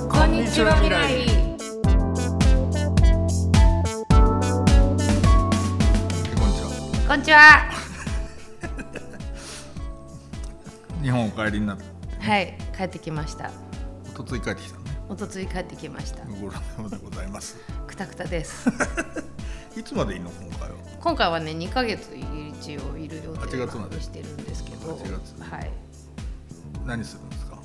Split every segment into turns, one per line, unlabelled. は未来
えこんにちは
こんにちは
日本お帰りになって
はい帰ってきました
おとつい帰ってきたのね
一昨日帰ってきました
ご苦労様でございます
くたくたです
いつまでいいの今回は
今回はね2ヶ月一応いる予定
8月まで
してるんですけど
8月
はい
何するんですか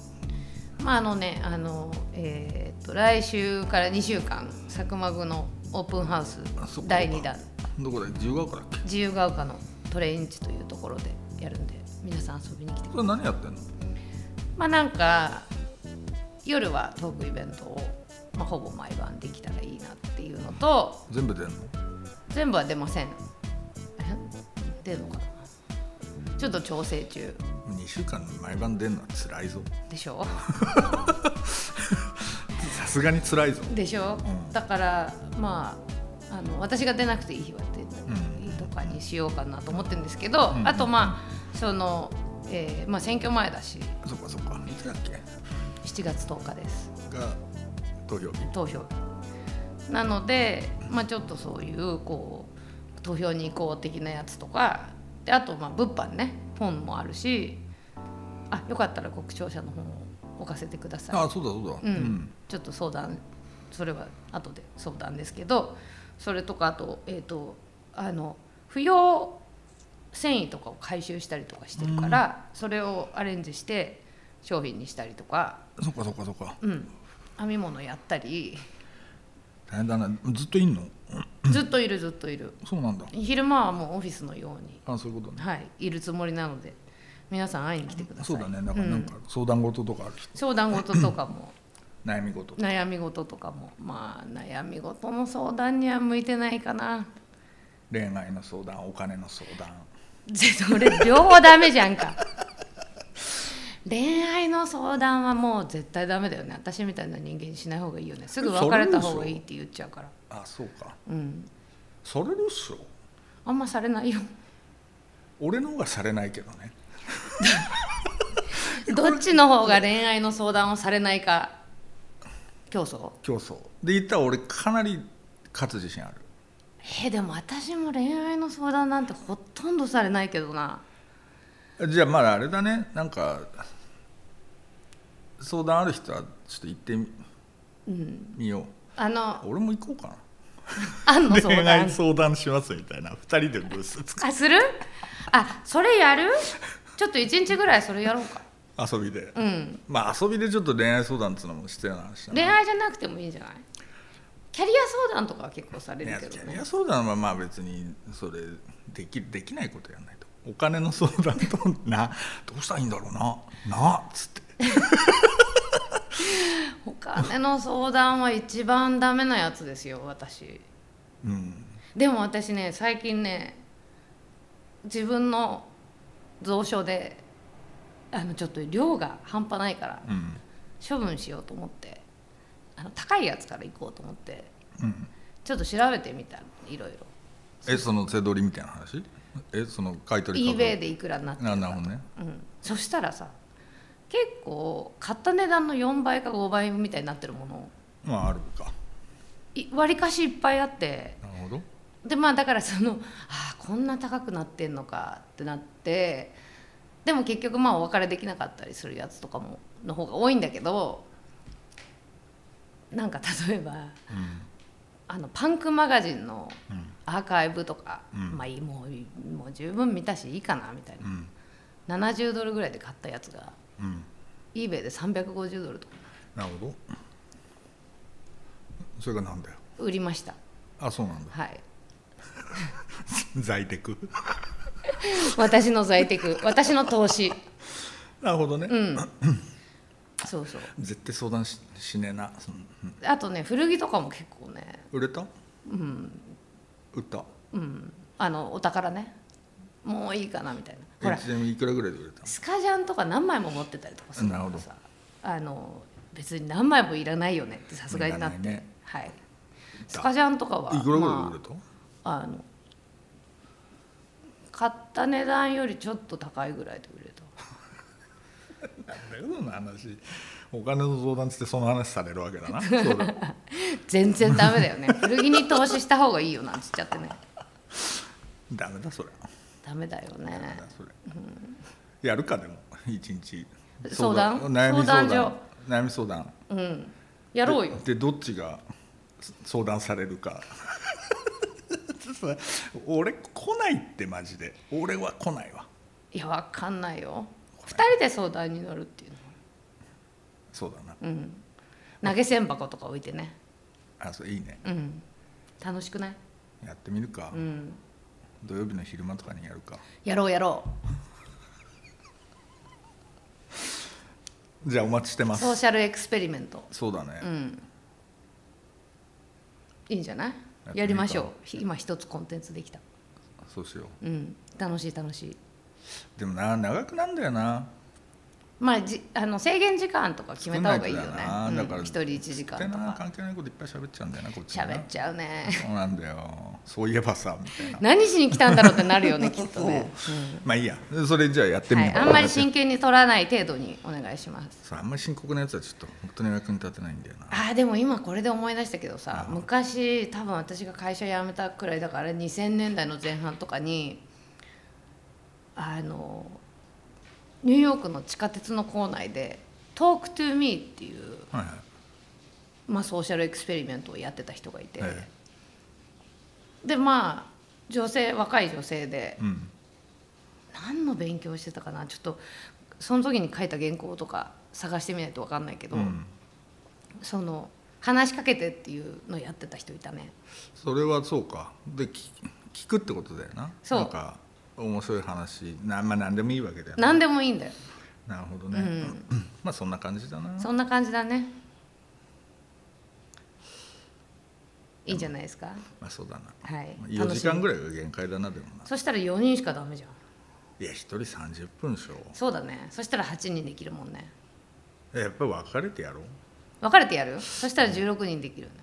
まああのねあのえーっと来週から2週間佐久間具のオープンハウス
あそっか
第2弾
どこだ自由が丘だっけ
自由が丘のトレインチというところでやるんで皆さん遊びに来てください
それ何やってんの
まあなんか夜はトークイベントを、まあ、ほぼ毎晩できたらいいなっていうのと
全部出んの
全部は出ませんえ出るのかなちょっと調整中
2週間毎晩出んのは辛いぞ
でしょ
さすがに辛いぞ
でし
う
ょ、
ん
だからまああの私が出なくていい日は出
ん
ないとかにしようかなと思ってるんですけど、
うん
あとまあその、えーまあ、選挙前だし
そっかそっかいつだっけ
7月10日です
が投票日
投票なので、まあ、ちょっとそういうこう投票に行こう的なやつとかであとまあ物販ね本もあるしあよかったら国庁舎の本を置かせてください
あそうだそうだ
うんちょっと相談それは後で相談ですけどそれとかあと,、えー、とあの不要繊維とかを回収したりとかしてるから、それをアレンジして商品にしたりとか、
そっかそっかそっか
うん、編み物やったり。
大変だなずっといんの
ずっといるずっといる
そうなんだ
昼間はもうオフィスのように、
あそういうことね
はい、いるつもりなので皆さん会いに来てください
そうだねなんかなんか相談事とかある人
商談事とかも
悩み事
悩み事とかもまあ悩み事の相談には向いてないかな
恋愛の相談お金の相談
それ両方ダメじゃんか恋愛の相談はもう絶対ダメだよね私みたいな人間にしない方がいいよねすぐ別れた方がいいって言っちゃうから
あそうか
うん
されるっしょ
あんまされないよ
俺の方がされないけどね
どっちの方が恋愛の相談をされないか競争
競争で言ったら俺かなり勝つ自信ある
えーでも私も恋愛の相談なんてほとんどされないけどな
じゃあまああれだねなんか相談ある人はちょっと行ってみ,、みよう
あ の
俺も行こうかな
あんの相談
相談しますみたいな2人でブース作
あするあそれやるちょっと一日ぐらいそれやろうか
遊びで、
うん
まあ遊びでちょっと恋愛相談っつうのもしてる話だ
恋
ね
愛じゃなくてもいいんじゃないキャリア相談とかは結構され
い
る
や
け
キ
ど
ャリ
ね
ア相談はまあ別にそれできできないことやんないとお金の相談とな どうしたらいいんだろうななっつって
お金の相談は一番ダメなやつですよ私
うん
でも私ね最近ね自分の蔵書であのちょっと量が半端ないから
うん
処分しようと思ってあの高いやつから行こうと思って
うん
ちょっと調べてみたのいろいろ
えその手取りみたいな話えその買い取り価
eBay
格
でいくらになってる
あ
か
なるほどね
うん、そしたらさ結構買った値段の4倍か5倍みたいになってるもの
まああるか
わりかしいっぱいあって
なるほど
でまあだからそのあーこんな高くなってんのかってなってでも結局まあお別れできなかったりするやつとかもの方が多いんだけどなんか例えば
う
あのパンクマガジンの
ん
アーカイブとか、
うん
まあいいもうもう十分見たしいいかなみたい
うんうん
な、70ドルぐらいで買ったやつが
うん
eBay で350ドルとか
なるほどそれがなんだよ
売りました
あそうなんだ
はい
在テク
私の在宅私の投資
なるほどね、
うんそうそう
絶対相談ししねえな、うんうん
あとね古着とかも結構ね
売れたうん売った
うん、あのお宝ねもういいかなみたいなほ
え
ら
ちなみにいくらぐらいで売れた
スカジャンとか何枚も持ってたりとかするか
なる
ら
ほど
さあの別に何枚もいらないよねってさすがになっ
い
て
らないね
はい、スカジャンとかはい
くらぐらいで売れ
ま
た、
あ、あの買った値段よりちょっと高いぐらいで売れた
なんだよその話お金の相談つってその話されるわけだな そうだ
全然ダメだ よね古着に投資した方がいいよなんつっちゃってね
ダメだそれ
ダメだよね
ダメだそれ、やるかでも一日
相談
悩み相
相談
談悩み相談
うんやろうよ
ででどっちがそ相談されるかちょっとさ 俺来ないってマジで俺は来ないわ
いやわかんないよ二人で相談に乗るっていうの
そうだな、
うん投げ銭箱とか置いてね
あそういいね
うん楽しくない
やってみるか、
うん
土曜日の昼間とかにやるか
やろうやろ
じゃあお待ちして
う
ます
ソーシャルエクスペリメント
そうだね、
うんいいんじゃな
や
い
ってみるか
やりましょうひ今一つコンテンツできた
そうしよ
うん楽しい楽しいう
でもな長くなんだよな
まあじあの制限時間とか決めた方がいいよね
少ないからなだ
う
から
ん、一人一時間
って
と
な
か
関係ないこといっぱい喋っちゃうんだよなこっちな
喋っちゃうね
そうなんだよそういえばさみたいな
何しに来たんだろうってなるよねきっとね、
まあいいやそれじゃあやって
うん
み
は
よう、
い、あんまり真剣に取らない程度にお願いします
そうあんまり深刻なやつはちょっと本当にお役に立てないんだよな
あーでも今これで思い出したけどさ
あー
昔多分私が会社辞めたくらいだから2000年代の前半とかにあのニューヨークの地下鉄の構内で「Talk to Me」っていう、
はいはい
まあ、ソーシャルエクスペリメントをやってた人がいて、
え
でまあ女性若い女性
え
で
うん
何の勉強してたかなちょっとその時に書いた原稿とか探してみないと分かんないけど、
うん
その話しかけてっていうのやってた人いたね
それはそうかで聞聞くってことだよな
そう
なんか面白い話なまあ何でもいいわけだよな
何でもいいんだよ
なるほどね、まあそんな感じだな
そんな感じだねいいんじゃないですか
まあそうだな、
はい
まあ4時間ぐ
らい
らいが限界だなでもな
そしたら4人しかダメじゃん
いや1人30分でしょ
そうだねそしたら8人できるもんね
えやっぱり別れてやろう
分かれてやるそしたら16人できるね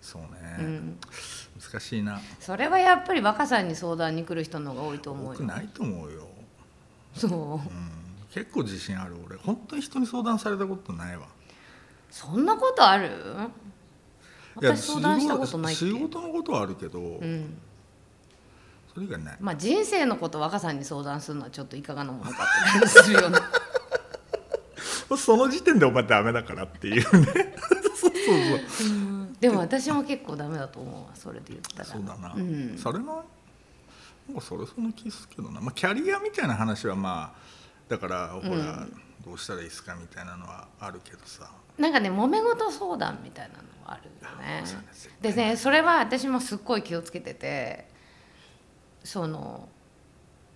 そうね、
うん
難しいな
それはやっぱり若さんに相談に来る人の方が多いと思う
僕
よ
ないと思うよ、
そう
うん、結構自信ある俺本当に人に相談されたことないわ
そんなことある
いや
私相談したことないっけ
仕事仕事のことはあるけど、
うん
それ以外ない
まあ人生のこと若さんに相談するのはちょっといかがなものかって感じする よね
その時点でお前ダメだからっていうねそうそうそう
でも私も結構ダメだと思うわそれで言ったら
そうだな、
ん、
されないなんかそれその気するけどな、まあ、キャリアみたいな話はまあだからほら、どうしたらいいですかみたいなのはあるけどさ
なんかね揉め事相談みたいなのはあるよね
そうなんですよ
でねそれは私もすっごい気をつけててその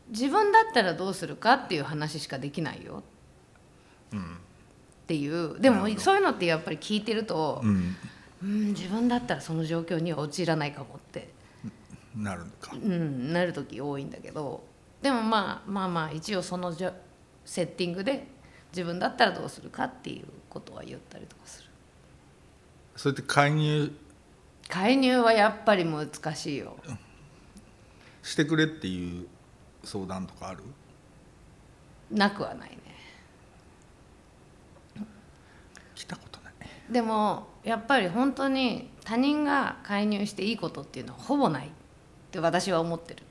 自分だったらどうするかっていう話しかできないよ
うん、
っていうでも
なるほど
そういうのってやっぱり聞いてると、
うん、
うん、自分だったらその状況には陥らないかもって、
なるのか
うん、なる時多いんだけどでもまあまあまあ一応そのじょセッティングで自分だったらどうするかっていうことは言ったりとかする
それって介入
介入はやっぱり難しいよ
してくれっていう相談とかある
なくはないね
来たことない
でもやっぱり本当に他人が介入していいことっていうのはほぼないって私は思ってる、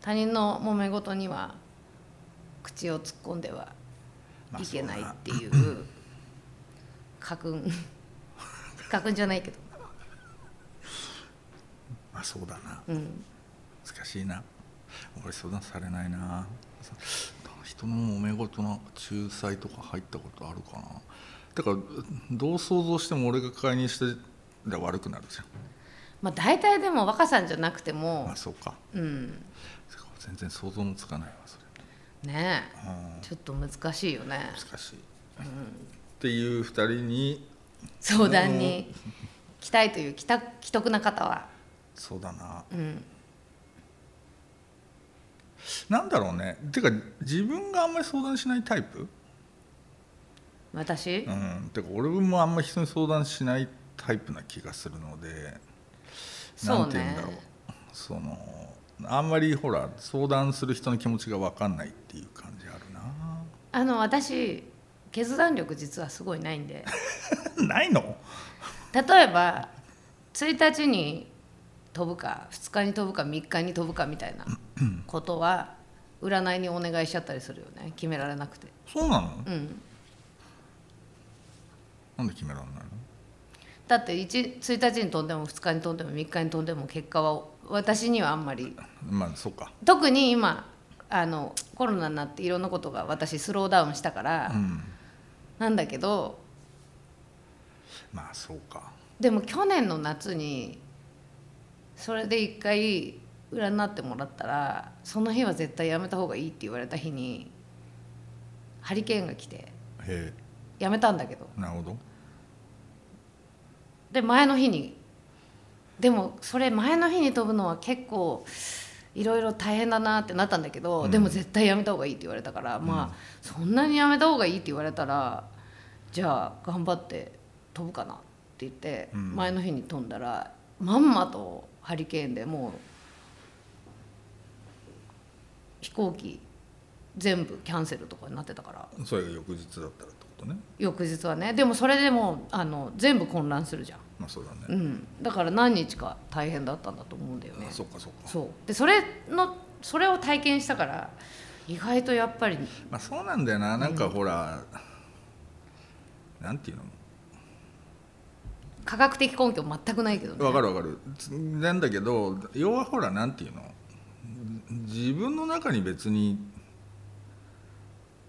他人の揉め事には口を突っ込んでは
まあ
いけない
そうだな
っていう家訓家訓じゃないけど、
まあそうだな
うん、
難しいな俺相談されないなそ人の揉め事の仲裁とか入ったことあるかなだからどう想像しても俺が介入してで悪くなるじゃん
まあ大体でも若さんじゃなくても
まあそうか
うん
全然想像もつかないわそれ
ねえ
うん
ちょっと難しいよね
難しい、っていう2人に
相談に来たいという既得既得な方は
そうだな
うん
なんだろうねてか自分があんまり相談しないタイプ
私
うんてか俺もあんまり人に相談しないタイプな気がするので
そ
な
うね
んて言うんだろうそのあんまりほら相談する人の気持ちが分かんないっていう感じあるな
あの私決断力実はすごいないんで
ない の
例えば1日に飛ぶか2日に飛ぶか3日に飛ぶかみたいなことは占いにお願いしちゃったりするよね決められなくて
そうなの、
うん
なんで決められないの
だって 1, 1日に飛んでも2日に飛んでも3日に飛んでも結果は私にはあんまり
まあそうか
特に今あのコロナになっていろんなことが私スローダウンしたから、
うん
なんだけど
まあそうか
でも去年の夏にそれで一回占ってもらったらその日は絶対やめた方がいいって言われた日にハリケーンが来て
へ
やめたんだけど
えなるほど
で前の日にでもそれ前の日に飛ぶのは結構いろいろ大変だなってなったんだけど、
うん
でも絶対やめた方がいいって言われたから、まあそんなにやめた方がいいって言われたらじゃあ頑張って飛ぶかなって言って、
うん
前の日に飛んだらまんまとハリケーンでもう飛行機全部キャンセルとかになってたから
それが翌日だったらってことね
翌日はねでもそれでもうあの全部混乱するじゃん。
まあそうだね、
うん、だから何日か大変だったんだと思うんだよね
あそうかそうか
そうでそれのそれを体験したから意外とやっぱり
まあそうなんだよななんかほら、なんていうの
科学的根拠全くないけどね
わかるわかるつなんだけど要はほらなんていうの自分の中に別に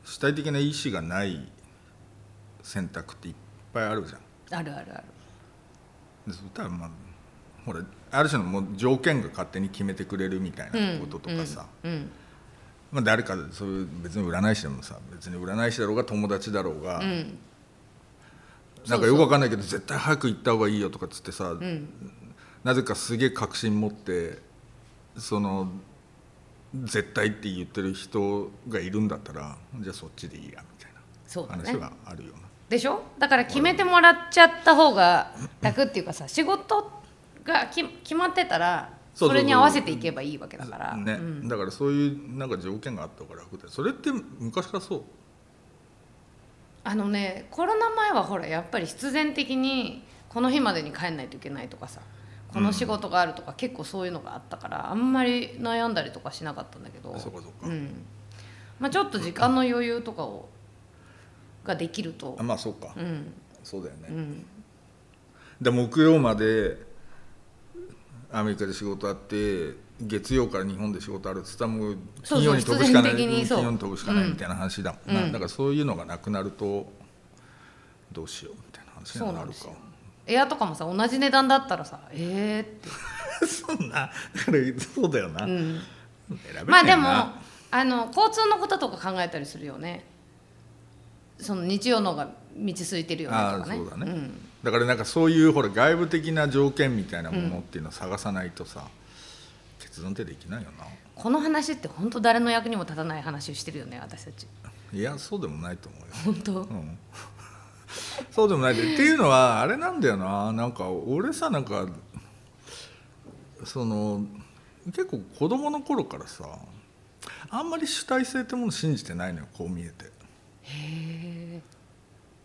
主体的な意思がない選択っていっぱいあるじゃん
あるあるある
でそしたらまあほらある種のもう条件が勝手に決めてくれるみたいなこととかさ、
うん
まあ、誰かそういう別に占い師でもさ別に占い師だろうが友達だろうが、
うん
なんかよくわかんないけど絶対早く行った方がいいよとかっつってさ、
うん
なぜかすげえ確信持ってその絶対って言ってる人がいるんだったらじゃあそっちでいいやみたい
そうだ
な
ね
話はあるよな、
でしょだから決めてもらっちゃった方が楽っていうかさ仕事がき決まってたら
そうそうそう
それに合わせていけばいいわけだから
ね
うん
だからそういうなんか条件があった方が楽でそれって昔からそう
あのねコロナ前はほらやっぱり必然的にこの日までに帰んないといけないとかさこの仕事があるとか、結構そういうのがあったからあんまり悩んだりとかしなかったんだけど
そうかそうか
んまあ、ちょっと時間の余裕とかをができると
あ、まあそうか、
うん
そうだよね、
うん、
で木曜までアメリカで仕事あって月曜から日本で仕事あるっつったらもう
そ
金
うそう
曜に飛ぶしかない
必然的にそう
金曜に飛ぶしかないみたいな話だもんな、
うん
だからそういうのがなくなるとどうしようみたいな話
そう
に
な
なんる
で
か
すよエアとかもさ同じ値段だったらさえーって、
そんなだからそうだよな、
う
選
ん、
べねえな
まあでもあの交通のこととか考えたりするよねその日曜の方が道空いてるよねとかね
あーそうだね
ん
だからなんかそういうほら外部的な条件みたいなものっていうのを探さないとさ、結論ってできないよな
この話って本当誰の役にも立たない話をしてるよね私たち
いやそうでもないと思うよ
本当
うん そうでもないでっていうのはあれなんだよななんか俺さなんかその結構子供の頃からさあんまり主体性ってもの信じてないのよこう見えて。
へえ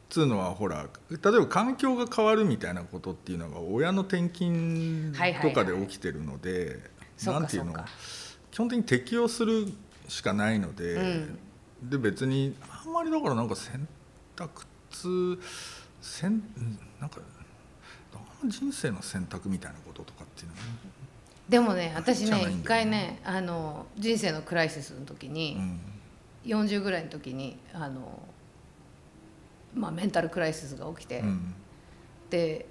つうのはほら例えば環境が変わるみたいなことっていうのが親の転勤
はいはいは
と
い
かで起きてるので、
そうか
なんていうの
そうか
基本的に適応するしかないので、
うん
で別にあんまりだからなんか選択つ選なんかあんま人生の選択みたいなこととかっていうのは、
でもね私
じゃない
ね
んだよ
一回ねあの人生のクライシスの時
う
に、
ん
40ぐらいの時にあの、まあ、メンタルクライシスが起きて、
うん
で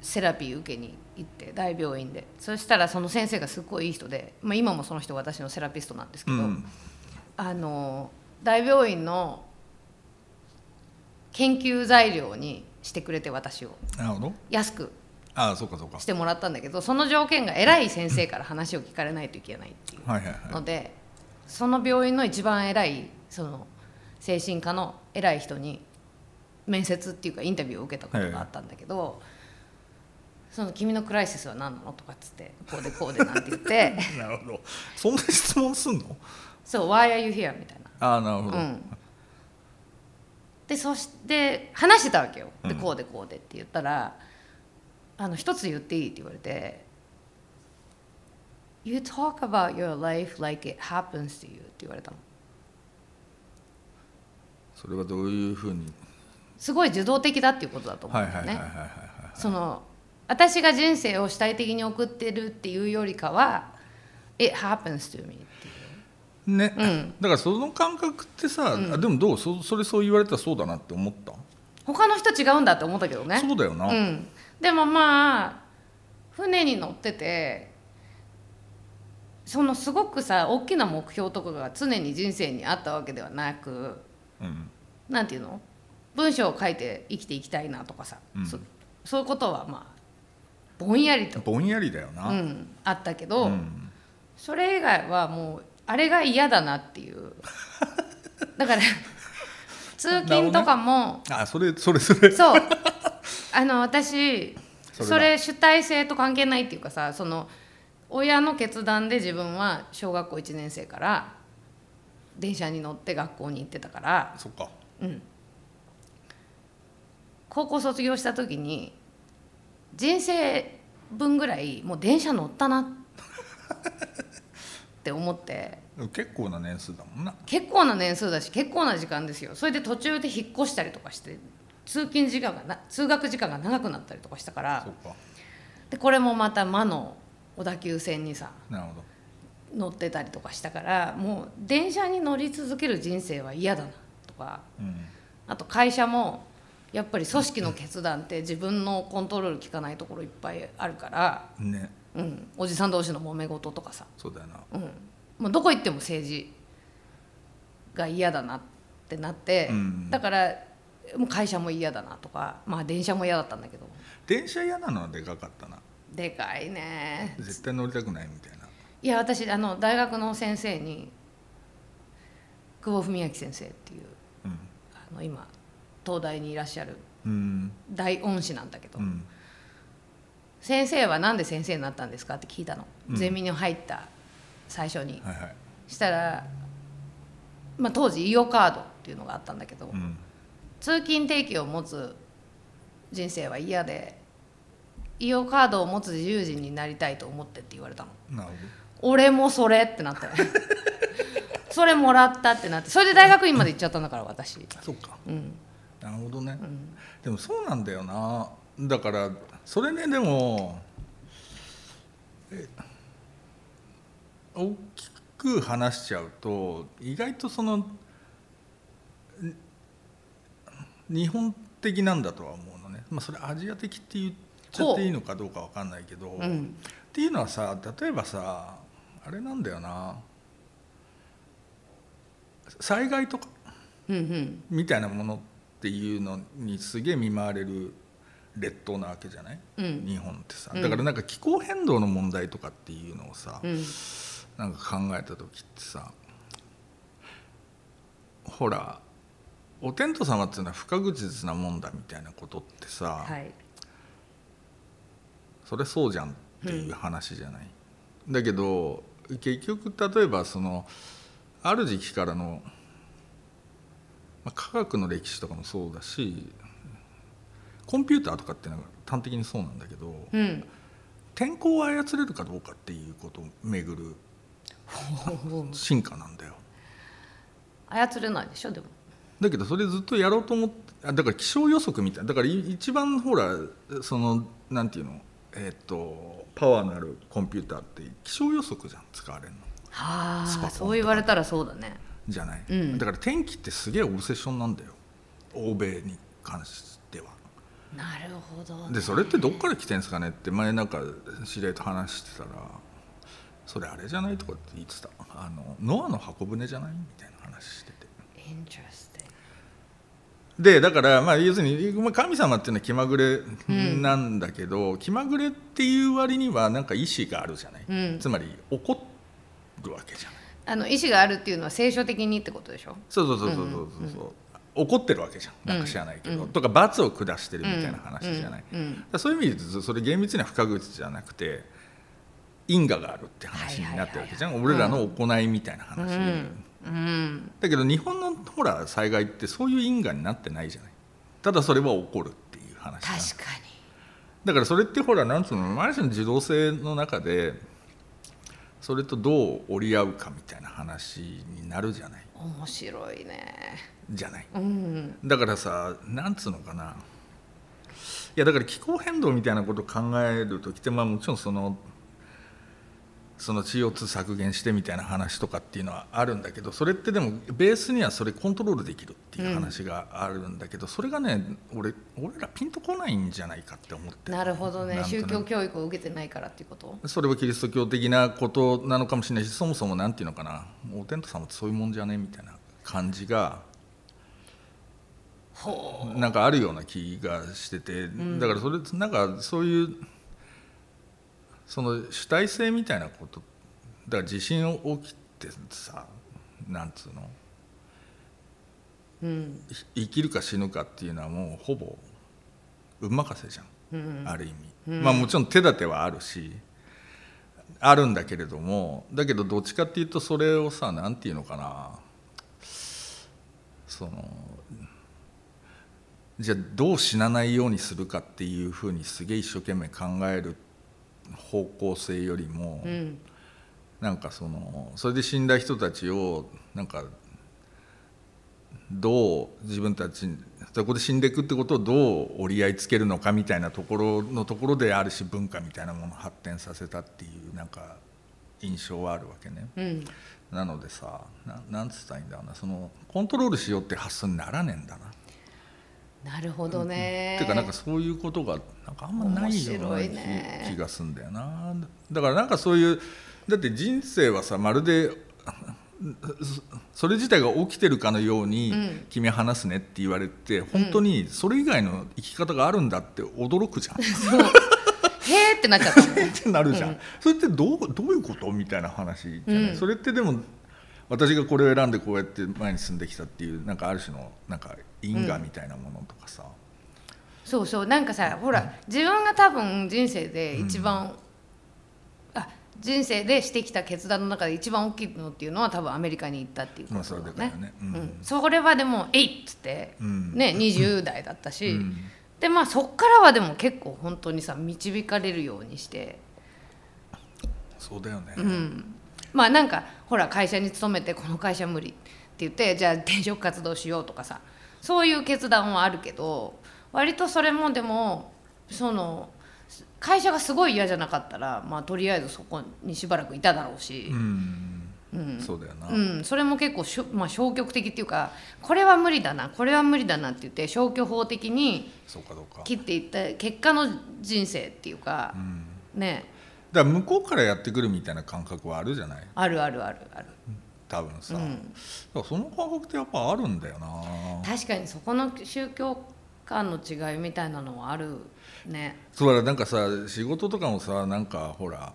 セラピー受けに行って大病院でそしたらその先生がすっごいいい人で、まあ、今もその人私のセラピストなんですけ
う
ど、
ん
あの大病院の研究材料にしてくれて私を
なるほど
安く
ああそうかそうか
してもらったんだけどその条件が偉い先生から話を聞かれないといけないっていう
はいはいは
ので、その病院の一番偉いその精神科の偉い人に面接っていうかインタビューを受けたことがあったんだけど。その君のクライシスは何なのとかっつってこうでこうでなんて言って
いなるほどそんな質問すんの
そう「Why are you here?」みたいな
ああなるほど、
うん、でそして話してたわけよで
うん
こうでこうでって言ったら「あの一つ言っていい?」って言われて「You talk about your life like it happens to you」って言われたの
それはどういうふうに
すごい受動的だっていうことだと思
は
う
い
ん
はい
だ
は
よ
いはい
ね
はいはい
その私が人生を主体的に送ってるっていうよりかは「It happens to me」っていう
ね、
うん
だからその感覚ってさ、あでもどうそそれそう言われたらそうだなって思った、
他の人違うんだって思ったけどね
そうだよな、
うん、でもまあ船に乗っててそのすごくさ大きな目標とかが常に人生にあったわけではなく
うん
なんていうの文章を書いて生きていきたいなとかさ、
うん
そそういうことはまあぼんやりと、
ぼんやりだよ
う
な、
ん、あったけど、
うん
それ以外はもうあれが嫌だなっていう だから通勤とかも、
あそれそれそれ
そうあの私
そ
そ
れだ
れ主体性と関係ないっていうかさその親の決断で自分は小学校1年生から電車に乗って学校に行ってたから
そっか
高校卒業した時に人生分ぐらいもう電車乗った なって思って
結構な年数だもんな
結構な年数だし結構な時間ですよそれで途中で引っ越したりとかして通勤時間がな通学時間が長くなったりとかしたから
そっか
でこれもまた魔の小田急線にさ
なるほど
乗ってたりとかしたからもう電車に乗り続ける人生は嫌だなとか
うん
あと会社もやっぱり組織の決断って自分のコントロール効かないところいっぱいあるから、
ね
うん、おじさん同士の揉め事とかさ、
そうだよな
うん、もうどこ行っても政治が嫌だなってなって、
うん
だからもう会社も嫌だなとかまあ電車も嫌だったんだけど
電車嫌なのはでかかったな
でかいね
絶対乗りたくないみたいない
や私あの大学の先生に久保文明先生っていうあの今東大にいらっしゃる
うん
大恩師なんだけど、
うんうん
先生はなんで先生になったんですかって聞いたの、
うん
ゼミに入った最初に
はいはい
したら、まあ、当時 EO カードっていうのがあったんだけど、
うん
通勤定期を持つ人生は嫌で EO カードを持つ自由人になりたいと思ってって言われたの。
なる
俺もそれってな ったよそれもらったってなってそれで大学院まで行っちゃったんだから私
ほどそっか
うん
なるほどね、でもそうなんだよなだからそれねでもえ大きく話しちゃうと意外とそのん日本的なんだとは思うのね、まあ、それアジア的って言っちゃっていいのかどうかわかんないけど、
う
っ
ん
ていうのはさ例えばさあれなんだよな災害とか
うんうん
みたいなものっていうのにすげえ見舞われる列島なわけじゃない、
うん
日本ってさ
うん
だからなんか気候変動の問題とかっていうのをさ、
うん
なんか考えた時ってさほらお天道様っていうのは不確実なもんだみたいなことってさ、
はい
それそうじゃんっていう話じゃない、だけど結局例えばそのある時期からの、まあ、科学の歴史とかもそうだしコンピューターとかっていうのが端的にそうなんだけど
うん
天候を操れるかどうかっていうことをめぐる進化なんだよ
操れないでしょでも
だけどそれずっとやろうと思ってあだから気象予測みたいなだからい一番ほらそのなんていうのえっ、とパワーのあるコンピューターって気象予測じゃん使われるの
は
スパコンと
あ
か
そう言われたらそうだね
じゃない、
うん
だから天気ってすげえオブセッションなんだよ欧米に関しては
なるほど
でそれってどっから来てんすかねって前なんか知り合いと話してたらそれあれじゃないとかって言ってたあのノアの箱舟じゃないみたいな話してて
Interesting
でだからまあ要するにまあ神様っていうのは気まぐれなんだけど、気まぐれっていう割にはなんか意志があるじゃない、
うん
つまり怒るわけじゃない
あの意思があるっていうのは聖書的にってことでしょ
そうそうそうそうそうそうそう、怒ってるわけじゃんなんか知らないけど、とか罰を下してるみたいな話じゃない、
うんうん
だからそういう意味で言うとそうそれ厳密には不確実じゃなくて因果があるって話になってるわけじゃん、
はいはいはいはい
俺らの行いみたいな話、
うんうん
だけど日本のほら災害ってそういう因果になってないじゃないただそれは起こるっていう話な
確か
だからそれってほらなんつうのある種の自動性の中でそれとどう折り合うかみたいな話になるじゃない
に面白いね
じゃない
うん
だからさなんつうのかないやだから気候変動みたいなことを考える時って、まあ、もちろんそのその CO2 削減してみたいな話とかっていうのはあるんだけどそれってでもベースにはそれコントロールできるっていう話があるんだけど、それがね俺俺らピンとこないんじゃないかって思って
なるほどね
なんとな
宗
く
教教育を受けてないからっていうこと
それはキリスト教的なことなのかもしれないしそもそもなんていうのかなお天道様ってそういうもんじゃねみたいな感じが
ほ
なんかあるような気がしてて、だからそれなんかそういうその主体性みたいなことだから地震を起きてさなんつうの
ううん
ひ生きるか死ぬかっていうのはもうほぼ運任せじゃん。
うん
ある意味、まあもちろん手立てはあるしあるんだけれどもだけどどっちかっていうとそれをさなんていうのかなそのじゃあどう死なないようにするかっていうふうにすげえ一生懸命考える方向性よりも、
うん
なんかそのそれで死んだ人たちをなんかどう自分たちそこで死んでいくってことをどう折り合いつけるのかみたいなところのところであるし文化みたいなものを発展させたっていうなんか印象はあるわけね。
うん
なのでさななんつったらいいんだろうなそのコントロールしようって発想にならねえんだな。
なるほどね
てかなんかそういうことがなんかあんまないよう
面白
ない気,、
ね
がすんだよなだからなんかそういうだって人生はさまるで それ自体が起きてるかのように
うん
「君話すね」って言われて、本当にそれ以外の生き方があるんだって驚く じゃんっ
へーってなっちゃったね
てなるじゃん、
うん
それってどうどういうことみたいな話じゃない、
うん
それってでも私がこれを選んでこうやって前に進んできたっていうなんかある種のなんか因果みたいなものとかさ、
そうそうなんかさほら自分が多分人生で一番、あ人生でしてきた決断の中で一番大きいのっていうのは多分アメリカに行ったっていうことだよね,、
まあそれでかいよねうん
うんそれはでも「えいっ!」つって、
うん
ね、20代だったし、
うん
でまあそっからはでも結構本当にさ導かれるようにして。
そうだよね、
うん、まあなんかほら会社に勤めてこの会社無理って言ってじゃあ転職活動しようとかさそういう決断はあるけど割とそれもでもその会社がすごい嫌じゃなかったら、まあ、とりあえずそこにしばらくいただろうし
う、ん
うん
そうだよな、
うん、それも結構しょ、まあ、消極的っていうかこれは無理だなこれは無理だなって言って消去法的に
そうかどうか
切っていった結果の人生っていうか、ね
だから向こうからやってくるみたいな感覚はあるじゃない
あるあるあるある。
多分さ、
う
だ
ん
からその感覚ってやっぱあるんだよな
確かにそこの宗教観の違いみたいなのはあるね
そうだなんかさ仕事とかもさなんかほら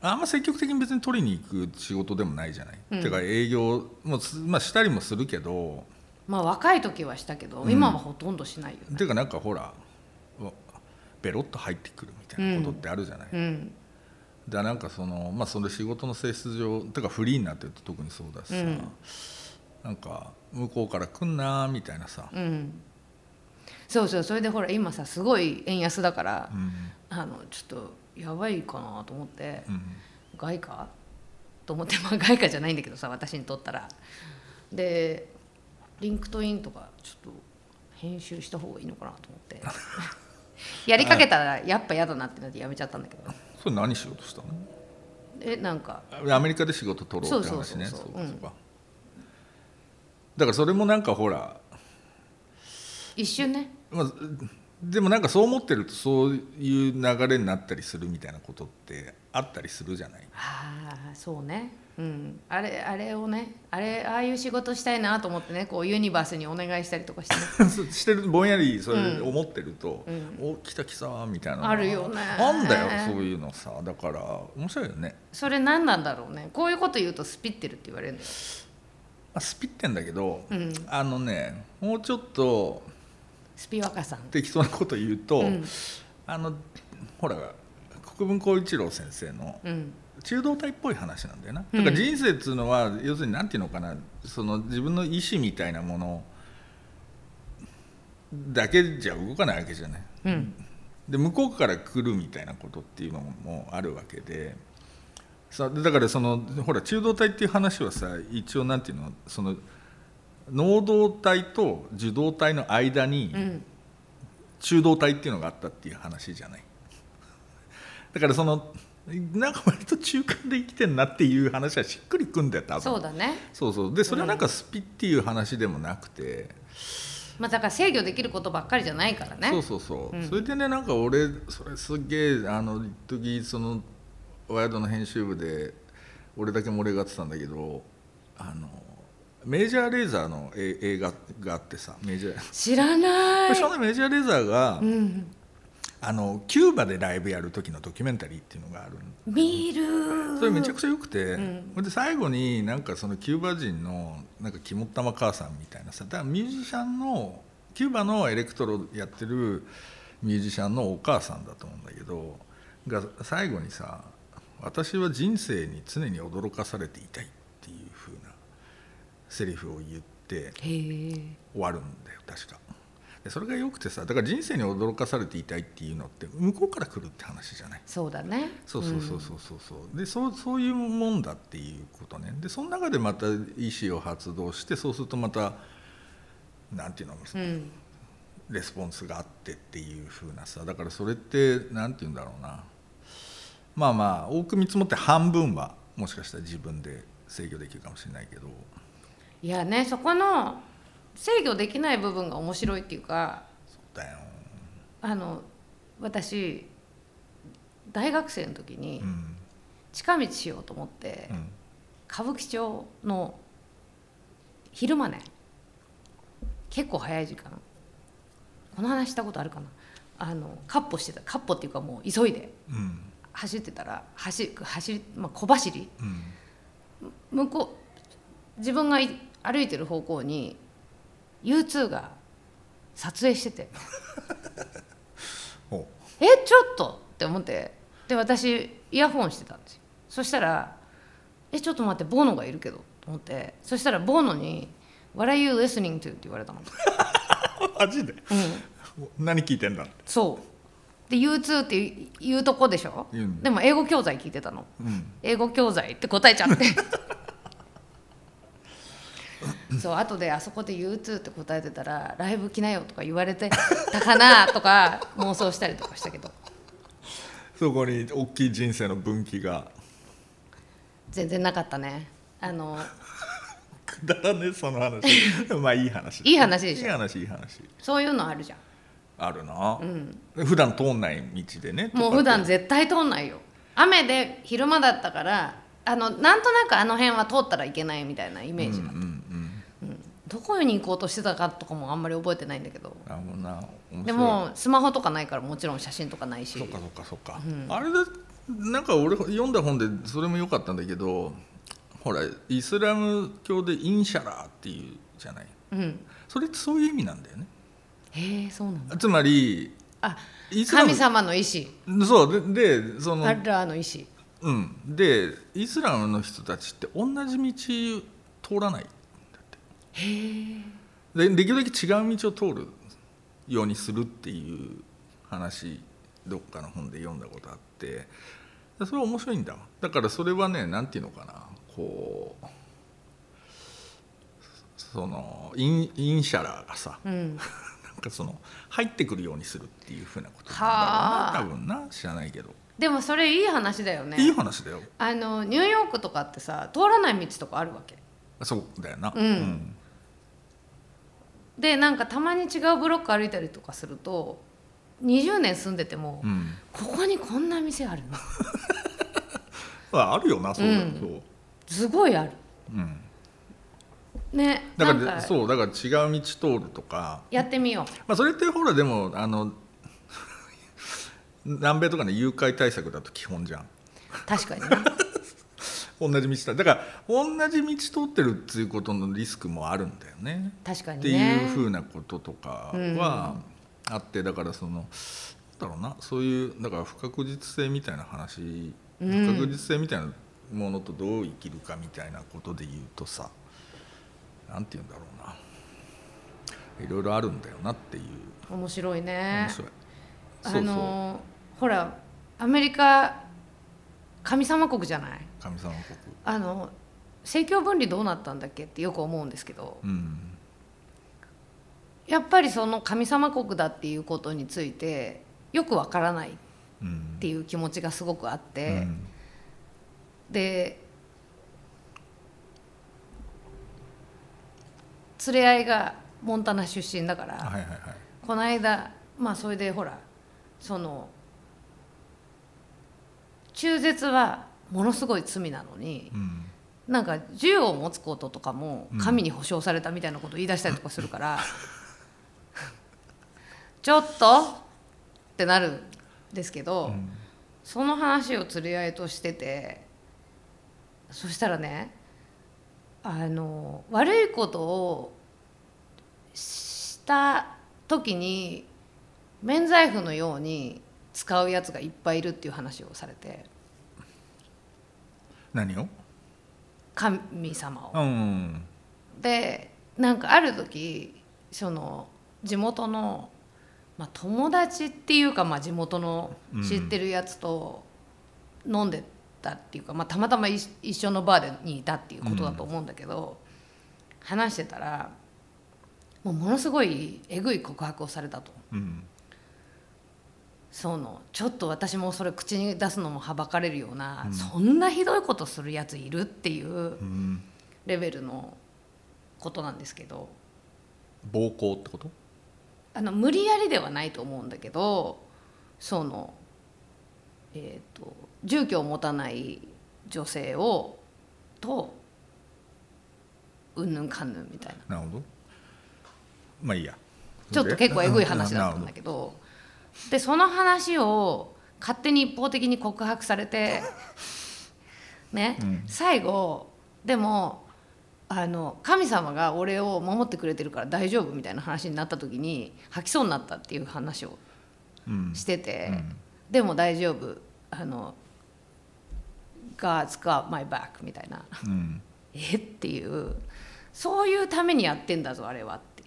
あんま積極的に別に取りに行く仕事でもないじゃない、
うん
てか営業もす、まあ、したりもするけど
まあ若い時はしたけど、
うん
今はほとんどしないよね
てかなんかほらわベロッと入ってくるみたいなことってあるじゃない、
うん
だからなんかそのまあその仕事の性質上てかフリーになってると特にそうだしさ、
うん
なんか向こうから来んなーみたいなさ、
うんそうそうそれでほら今さすごい円安だから
う、ん
あのちょっとやばいかなと思って、
うん
外貨と思って まあ外貨じゃないんだけどさ私にとったらでリンクトインとかちょっと編集した方がいいのかなと思って やりかけたらやっぱ嫌だなってなってやめちゃったんだけど
それ何しようとした
えなんか
のアメリカで仕事取ろうって話ね
そうそうそうそう
か
うん
かだからそれもなんかほら、
一瞬ね
まあ、でもなんかそう思ってるとそういう流れになったりするみたいなことってあったりするじゃない
ああそうねうんあれあれをねあれああいう仕事したいなと思ってねこうユニバースにお願いしたりとかして、ね、
そうしてるぼんやりそれ思ってると「お来た来た」みたいなのが
あるよね
あんだよそういうのさだから面白いよね、
それ何なんだろうねこういうこと言うとスピってるって言われるんだよ
まあ、スピってんだけど、
うん
あのねもうちょっと
スピ若さん
適当なこと言うと、
うん
あのほら国分光一郎先生の
うん
中道体っぽい話なんだよな
うん
だから人生っていうのは、要するに何ていうのかなその自分の意志みたいなものだけじゃ動かないわけじゃない
うん
で向こうから来るみたいなことっていうのもあるわけでさでだからそのほら中道体っていう話はさ一応なんていうのその能動体と受動体の間に
うん
中道体っていうのがあったっていう話じゃないだからそのなんか割と中間で生きてんなっていう話はしっくりくんだよ多分
そうだね
そうそうでそれはなんかスピっていう話でもなくて、
まあだから制御できることばっかりじゃないからね
そうそうそう、
うん
それでねなんか俺それすっげえあの一時そのワイドの編集部で俺だけ盛り上がってたんだけどあのメジャーレーザーのえ映画があってさメジャー、
知らない
そのメジャーレーザーが、
うん
あのキューバでライブやる時のドキュメンタリーっていうのがあるん
見る
それめちゃくちゃ良くて、
ん
ほんで最後になんかそのキューバ人のなんか肝っ玉母さんみたいなさだからミュージシャンのキューバのエレクトロやってるミュージシャンのお母さんだと思うんだけどが最後にさ「私は人生に常に驚かされていたい」っていう風なセリフを言って
へえ
終わるんだよ確か。でそれが良くてさだから人生に驚かされていたいっていうのって向こうから来るって話じゃない
そうだね
そうそうそうそうそうそう、でそうそういうもんだっていうことねでその中でまた意思を発動してそうするとまたなんていうの、
うん、うん
レスポンスがあってっていう風なさだからそれってなんて言うんだろうなまあまあ多く見積もって半分はもしかしたら自分で制御できるかもしれないけど
いやねそこの制御できない部分が面白いっていうか
だよ、
あの私大学生の時に
うん
近道しようと思って、
うん、
歌舞伎町の昼間ね結構早い時間この話したことあるかなあのカッポしてたカッポっていうかもう急いで
うん
走ってたら走走り、まあ、小走り
うん
向こう自分がい歩いてる方向に U2 が撮影してて
ほ
えちょっとって思ってで私イヤホンしてたんですよそしたら「えちょっと待ってボーノがいるけど」と思ってそしたらボーノに「What are you listening to?」って言われたの、う
うマジで
ん、
何聞いてんだって
そうで U2 っていう言うとこでしょ、
うん
でも英語教材聞いてたの
うん
英語教材って答えちゃってそう後であそこで U2 って答えてたらライブ来なよとか言われてたかなとか妄想したりとかしたけど
そこに大きい人生の分岐が
全然なかったねあの
くだらねえその話 まあいい話
いい話でし
い
ょ
い話いい話
そういうのあるじゃん
あるな、普段通んない道でね
もう普段
とかって
絶対通んないよ雨で昼間だったからあのなんとなくあの辺は通ったらいけないみたいなイメージが、
うんうん
どこに行こうとしてたかとかもあんまり覚えてないんだけど
うんなるほどな面白い
でもスマホとかないからもちろん写真とかないし
そっかそっかそっか、あれでなんか俺読んだ本でそれも良かったんだけどほらイスラム教でインシャラーっていうじゃない
うん
それってそういう意味なんだよね
へえそうなんだ
つまり
あ
イスラム
神様の意志
そうででその
アッラーの意志
うん、でイスラムの人たちって同じ道通らないんだってへでできるだけ違う道を通るようにするっていう話どっかの本で読んだことあってでそれは面白いんだわだからそれはねなんていうのかなこうそのインインシャラーがさ
うん
なんかその入ってくるようにするっていうふうなことなんだろうな多分な知らないけど、
でもそれいい話だよね
いい話だよ
あのニューヨークとかってさ通らない道とかあるわけ
そうだよな、
うんでなんかたまに違うブロック歩いたりとかすると20年住んでても、
うんうん
ここにこんな店あるの
ああるよなそうだ
うん
そう、
すごいある
うん、
ね
だから
なんか
そうだから違う道通るとか、
やってみよ
まあ、それってほらでもあの 南米とかの誘拐対策だと基本じゃん
う確 かにね
同じ道だだから同じ道通ってるっていうことのリスクもあるんだよね
確か
っ
に
てい
ね
うふうなこととかはあってだからそのだろうなそういうだから不確実性みたいな話、
うん
不確実性みたいなものとどう生きるかみたいなことで言うとさなんて言うんだろうないろいろあるんだよなっていう
面白いね
面白い、
あのーほらアメリカ神様国じゃない
そうそう神様国
あの政教分離どうなったんだっけってよく思うんですけど
うん
やっぱりその神様国だっていうことについてよくわからないっ
うん
ていう気持ちがすごくあって、
うん
で連れ合いがモンタナ出身だから、
はいはいはい
この間まあそれでほらその中絶はものすごい罪なのに、
うん
なんか銃を持つこととかも神に保証されたみたいなことを言い出したりとかするから、 ちょっとってなるんですけど、
うん
その話を釣り合いとしててそしたらねあの悪いことをした時に免罪符のように使うやつがいっぱいいるっていう話をされて
何を
神様を。
うん
でなんかある時その地元の、まあ、友達っていうか、まあ、地元の
うん
知ってるやつと飲んでたっていうか、まあ、たまたまい一緒のバーでにいたっていうことだと思うんだけど、話してたらもうものすごいえぐい告白をされたと。
うん
そのちょっと私もそれ口に出すのもはばかれるような、そんなひどいことするやついるっていう
うん
レベルのことなんですけど。
暴行ってこと
あの無理やりではないと思うんだけどその、えー、と住居を持たない女性をとうんぬんかんぬんみたいな
なるほどまあいいや
ちょっと結構えぐい話だっ
うん
た
な
んだ
る
けどでその話を勝手に一方的に告白されて ね、
うん
最後でもあの神様が俺を守ってくれてるから大丈夫みたいな話になった時に吐きそうになったっていう話を
ほどうん
してて、
うん
でも大丈夫あの「God's got my back」みたいな
うん
「えっ?」ていうそういうためにやってんだぞあれはって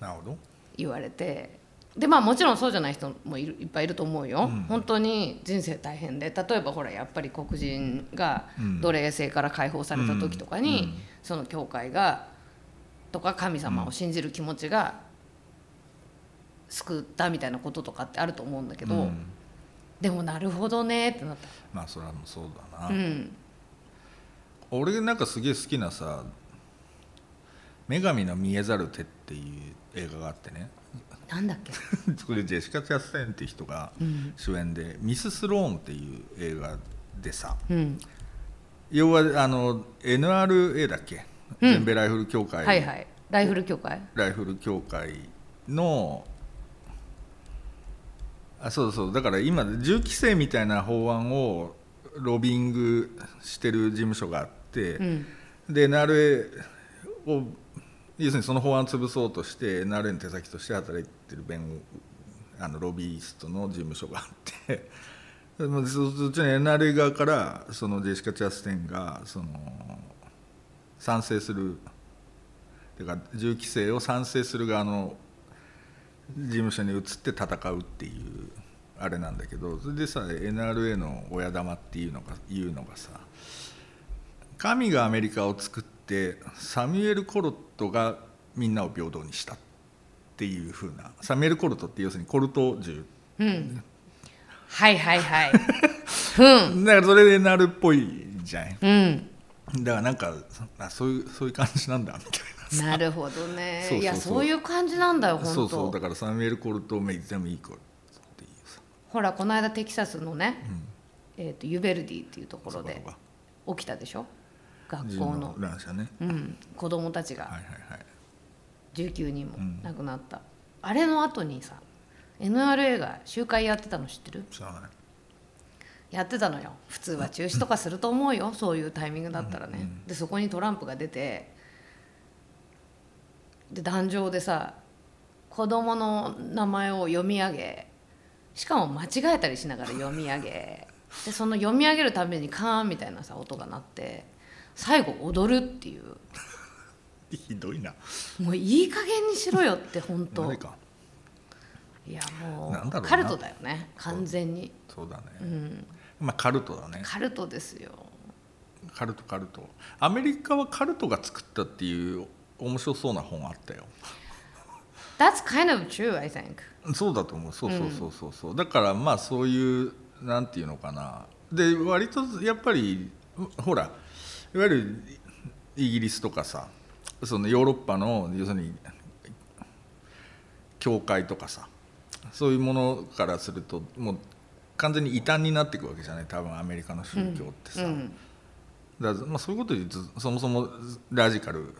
なるほど
言われてでまあもちろんそうじゃない人もいるいっぱいいると思うよ、本当に人生大変で例えばほらやっぱり黒人が
うん
奴隷制から解放された時とかに、その教会がとか神様を信じる気持ちが救ったみたいなこととかってあると思うんだけど、
うん
でもなるほどねってなっ
まあそれはもうそうだな、
たうん
俺なんかすげえ好きなさ「女神の見えざる手」っていう映画があってね
なんだっけ
これジェシカ・チャステンって人が主演で、ミス・スローンっていう映画でさ
うん
要はあの NRA だっけ、全米ライフル協会、
はいはいライフル協会
ライフル協会のあそうそうだから今銃規制みたいな法案をロビングしてる事務所があって、
うん
で NRA を要するにその法案を潰そうとして NRA の手先として働いてる弁護あのロビーストの事務所があって でまあそそっちの NRA 側からそのジェシカ・チャステンがその賛成するてか銃規制を賛成する側の事務所に移って戦うっていうあれなんだけどそれでさ NRA の親玉っていうのがいうのがさ神がアメリカを作ってサミュエル・コルトがみんなを平等にしたっていう風なサミュエル・コルトって要するにコルト銃
うんはいは いはいうん
だからそれでなるっぽいじゃん
うん
だからなんかあそういうそういう感じなんだみたいな
なるほどね
そうそうそう
いやそういう感じなんだよ本当
そうそうだからサミュエル・コルト・メイゼム・イーコルっていうさ
ほらこの間テキサスのね、えー、とユベルディっていうところ
そ
で
こが
起きたでしょ学
銃
校の
の乱射ね
うん、子供たち
は
が
いはいはい
19人も亡くなった、あれの後にさ NRA が集会やってたの知ってる
知らない
やってたのよ普通は中止とかすると思うよそういうタイミングだったらね、でそこにトランプが出てで壇上でさ子供の名前を読み上げしかも間違えたりしながら読み上げでその読み上げるためにカーンみたいなさ音が鳴って最後踊るっていう
ひどいな
もういい加減にしろよって本当
マ
い
ジか
やも
なんだろうな
うカルトだよね完全に、
そうだね、
うん、
まあカルトだね
カルトですよ
カルトカルトアメリカはカルトが作ったっていう面白そうな本あったよ
That's kind of true I think
そうだと思うそうそうそうそうそう、だからまあそういうなんていうのかなで割とやっぱりほらいわゆるイギリスとかさそのヨーロッパの要するに教会とかさそういうものからするともう完全に異端になっていくわけじゃない多分アメリカの宗教ってさ、
うん
だからまあ、そういうことで言うとそもそもラジカル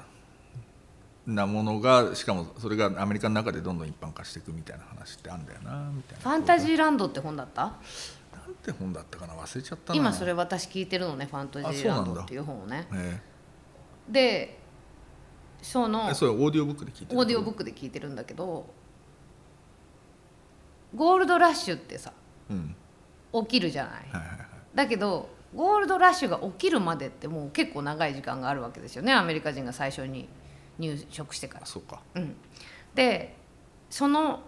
なものがしかもそれがアメリカの中でどんどん一般化していくみたいな話ってあるんだよなみたいな
ファンタジ
ー
ーランドって本だった
なんて本だったかな忘れちゃったな
今それ
え
私聞いてるのねファンタ
あ
ジ
そう
ー
な
ラ
んだ
ンドっていう本をね
え
でその
えそれオーディオブックで聞いて
オーディオブ
ッ
ックで聞いてるんだけどゴールドラッシュってさ
クうん
起きるじゃない、
はいはいはい
だけどゴールドラッシュが起きるまでってもう結構長い時間があるわけですよねアメリカ人が最初に入植してから
あ。そうか
うん、でその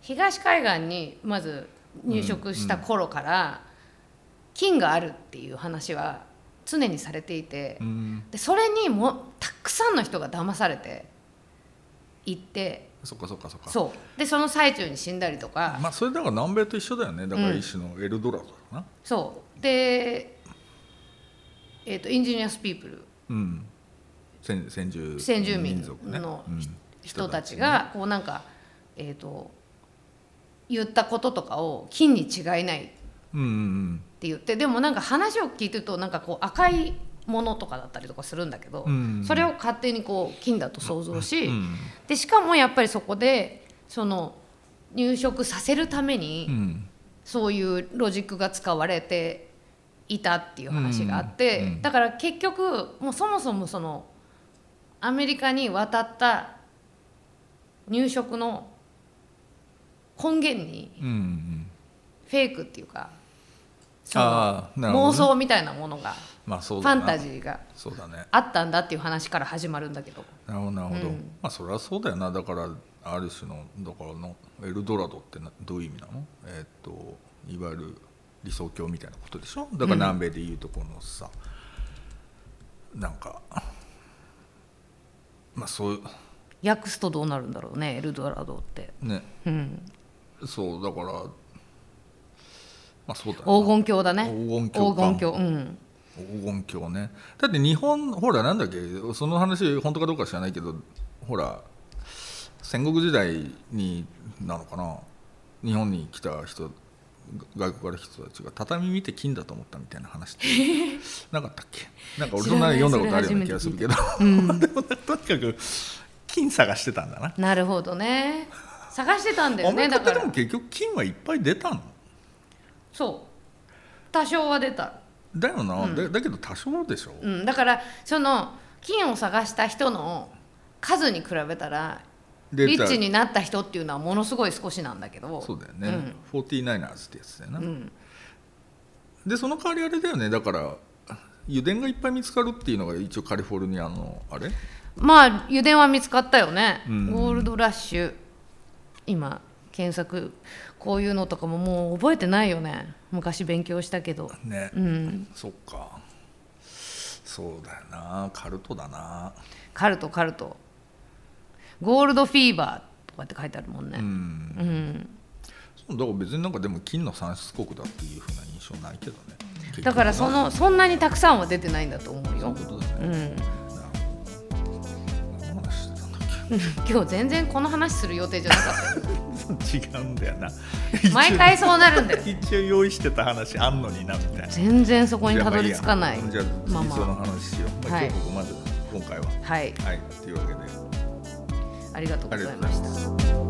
東海岸にまず入植した頃から金があるっていう話は常にされていて。
うん
でそれにもたくさんの人が騙されて行って
そっかそっかそっか
そうでその最中に死んだりとか、
まあそれだから南米と一緒だよねだから
うん
一種のエルドラドだな
そうでえー、とインジニアスピープル
うん先先住
先住民
民族ね
の
うん
人たちがこうなんかえっ、と言ったこととかを金に違いないって
うんうん
言ってでもなんか話を聞いてるとなんかこう赤いものとかだったりとかするんだけど、
うん
それを勝手にこう金だと想像し、
うんうん
でしかもやっぱりそこでその入植させるために、
うん
そういうロジックが使われていたっていう話があって、
うんうん
だから結局もうそもそもそのアメリカに渡った入植の根源に
うんうん
フェイクっていうかその
ああなるほどね
妄想みたいなものが、
まあそ
フ
うだ
ァ
な
ンタジーが
そうだね
あったんだっていう話から始まるんだけど。
なるほどなるほど、
うん
まあそれはそうだよなだからある種のだからのエルドラドってなどういう意味なのえーっといわゆる理想郷みたいなことでしょだから南米でいうとこのさ、なんかまあそういう
訳すとどうなるんだろうねエルドラドって、
ね
うん、
そうだからまあそうだよな
黄金鏡だね
黄金鏡か
黄金鏡うん
黄金鏡ねだって日本ほらなんだっけその話本当かどうか知らないけどほら戦国時代になのかな日本に来た人外国から来た人たちが畳見て金だと思ったみたいな話って なかったっけなんか俺そんなの
知
読
ら
んだ
ない
ことあるような気がするけど、 でもとにかく金探してたんだな
なるほどね探してたんだよ
アメリ
ね
カ
だ
って
か
で
ら
も結局金はいっぱい出たの
そう多少は出た、
だよな、だだけど多少でしょ、
うん、だからその金を探した人の数に比べたら
出
リ
た
ッチになった人っていうのはものすごい少しなんだけど
そうだよね、49ers ってやつだよな、でその代わりあれだよねだから油田がいっぱい見つかるっていうのが一応カリフォルニアのあれ
まあ油田は見つかったよね、
うん
ゴールドラッシュ今検索こういうのとかももう覚えてないよね昔勉強したけど
ね、
うん
そっかそうだよなカルトだな
カルトカルトゴールドフィーバーとかって書いてあるもんね
うん
う
そ
ん
うだから別になんかでも金の産出国だっていうふうな印象ないけどね結局な
だからそ
そ
のそんなにたくさんは出てないんだと思う
うい
よ
う、ことだよ
う
ね、
ん、
なるほど何の話してたんだっけ
今日全然この話する予定じゃなかったよ
違うんだよな
毎回そうなるんだよ
一 応一応用意してた話あんのになみたいな
全然そこにたどり着かない
じゃあ次
ま
そ
あまあ
の話しよう、まあ、
はい
今日ここまでだ今回は
はい
はいというわけで
ありがとう
あ
ご
りがと
ざいう
ござ
ま
い
し
ま
た
す